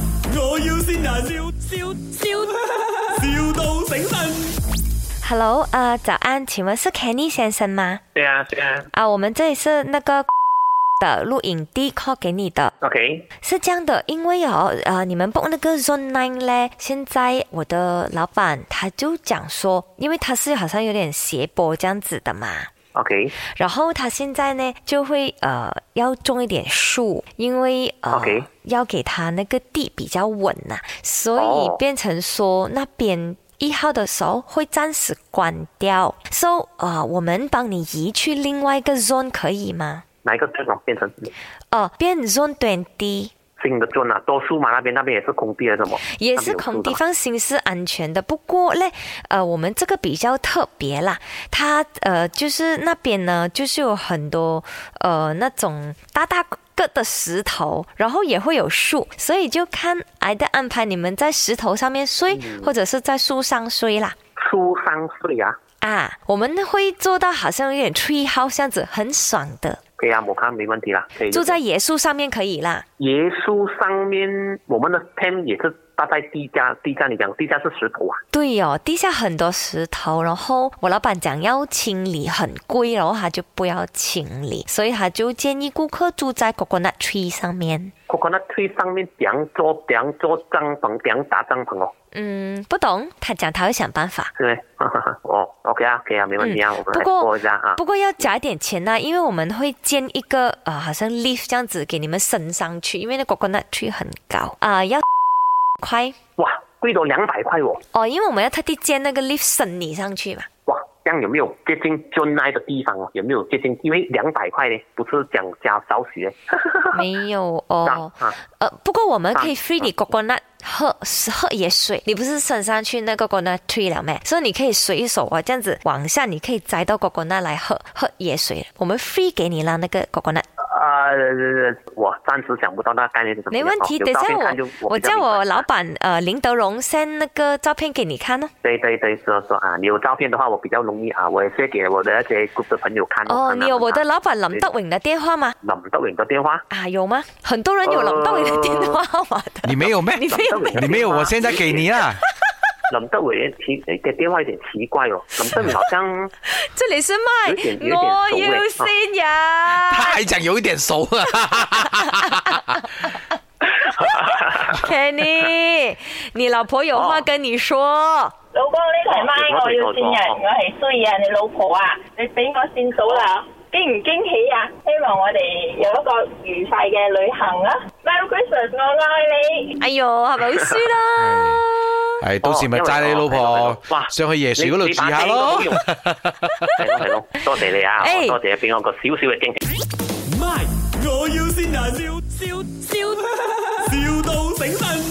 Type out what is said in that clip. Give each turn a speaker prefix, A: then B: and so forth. A: 要先人，笑笑笑，,笑到醒神。
B: Hello，呃，早安，请问是 Kenny 先生吗？
C: 对啊，对啊
B: 啊，我们这里是那个的录影地 call 给你的，
C: ，OK，
B: 是这样的，因为哦，呃，你们 book 那个 Zone Nine 嘞，现在我的老板他就讲说，因为他是好像有点斜坡这样子的嘛，
C: OK，
B: 然后他现在呢就会呃要种一点树，因为呃
C: OK
B: 要给他那个地比较稳呐、所
C: 哦
B: 以变成说那边。一号的时候会暂时关掉，so 呃，我们帮你移去另外一个 zone 可以吗？
C: 哪一个镇长变成
B: 呃，变 zone twenty
C: 新的镇啊？多数嘛，那边那边也是空地还是什么？
B: 也
C: 那边
B: 是
C: 有
B: 空
C: 树的
B: 地
C: 吗
B: 放心是安全的，不过嘞，呃，我们这个比较特别啦，它呃就是那边呢，就是有很多呃那种大大个的石头，然后也会有树，所以就看挨的安排你们在石头上面睡，或者是在树上睡啦。
C: 树上睡啊，
B: 啊，我们会做到好像有点 tree house 这样子，很爽的，
C: 可以啊，我看没问题啦。可以
B: 住在椰树上面可以啦。
C: 椰树上面，我们的 tent 也是搭在地下，地下你讲地下是石头啊，
B: 对哦，地下很多石头，然后我老板讲要清理很贵，然后他就不要清理，所以他就建议顾客住在 coconut tree 上面。
C: 可可那 tree 上面两做两做帐篷，两打帐篷哦，
B: 嗯，不懂，他讲他会想办法。
C: 是不是？哦，OK 啊，可以啊，没问题啊，我们
B: 不
C: 来
B: 过
C: 做一下啊
B: 不。过要加一点钱呐、因为我们会建一个呃，好像 leaf 这样子给你们升上去，因为那 coconut tree 很高啊、要 快
C: 哇，贵到两百块哦，
B: 哦，因为我们要特地建那个 leaf 升你上去嘛。
C: 哇，这样有没有接近尊爱的地方哦？有没有接近？因为两百块呢，不是讲加少许呢。
B: 没有哦
C: 啊啊，
B: 呃，不过我们可以
C: 啊
B: free 你 coconut 喝喝野水，你不是升上去那个 coconut tree 了没？所以你可以随手啊，这样子往下，你可以摘到 coconut 来喝喝野水，我们 free 给你啦那个 coconut，
C: 呃，我暂时想不到那个概念是什么
B: 没
C: 样。
B: 问题。
C: 哦
B: 等一
C: 有照片
B: 下
C: 看就
B: 我我
C: 比较
B: 叫我
C: 明白
B: 老板呃林德荣 send 那个照片给你看哦。
C: 对对对，说说啊，你有照片的话，我比较容易啊，我也是给我的那些 group 的朋友看。
B: 哦，
C: 看他
B: 你有
C: 们
B: 我的
C: 啊
B: 老板林德荣的电话吗？
C: 林德荣的电话。
B: 啊，有吗？很多人有
C: 呃
B: 林德荣的电话号码的。
D: 你没有咩？
B: 你 没有
C: 林德荣的
D: 你没有，
C: 电
D: 啊
C: 话
D: 我现在给你。 啦。
C: 林德伟的奇诶的电话有点奇怪哦，林德伟好像
B: 这里是麦
C: 有一点，有一点
B: 我
C: 熟
B: 要
C: 味啊
B: 新人。
D: 他还讲有一点熟啊，
B: Kenny，你老婆有话跟你说。
E: 老公呢台咪我要線人，我係衰啊，你老婆啊，你俾我線到啦，驚唔驚喜啊？希望我哋有一個愉快嘅旅行啊！Merry Christmas，我愛你。
B: 哎呦，系咪好衰啦？
D: 系 哎到时咪斋你老
C: 哦
D: 婆上去椰樹嗰度住下咯
C: 系。 咯系咯，多谢你啊，
B: 哎
C: 多谢俾我個少少嘅惊喜。
A: My，我要先人，笑笑笑，,笑到醒神。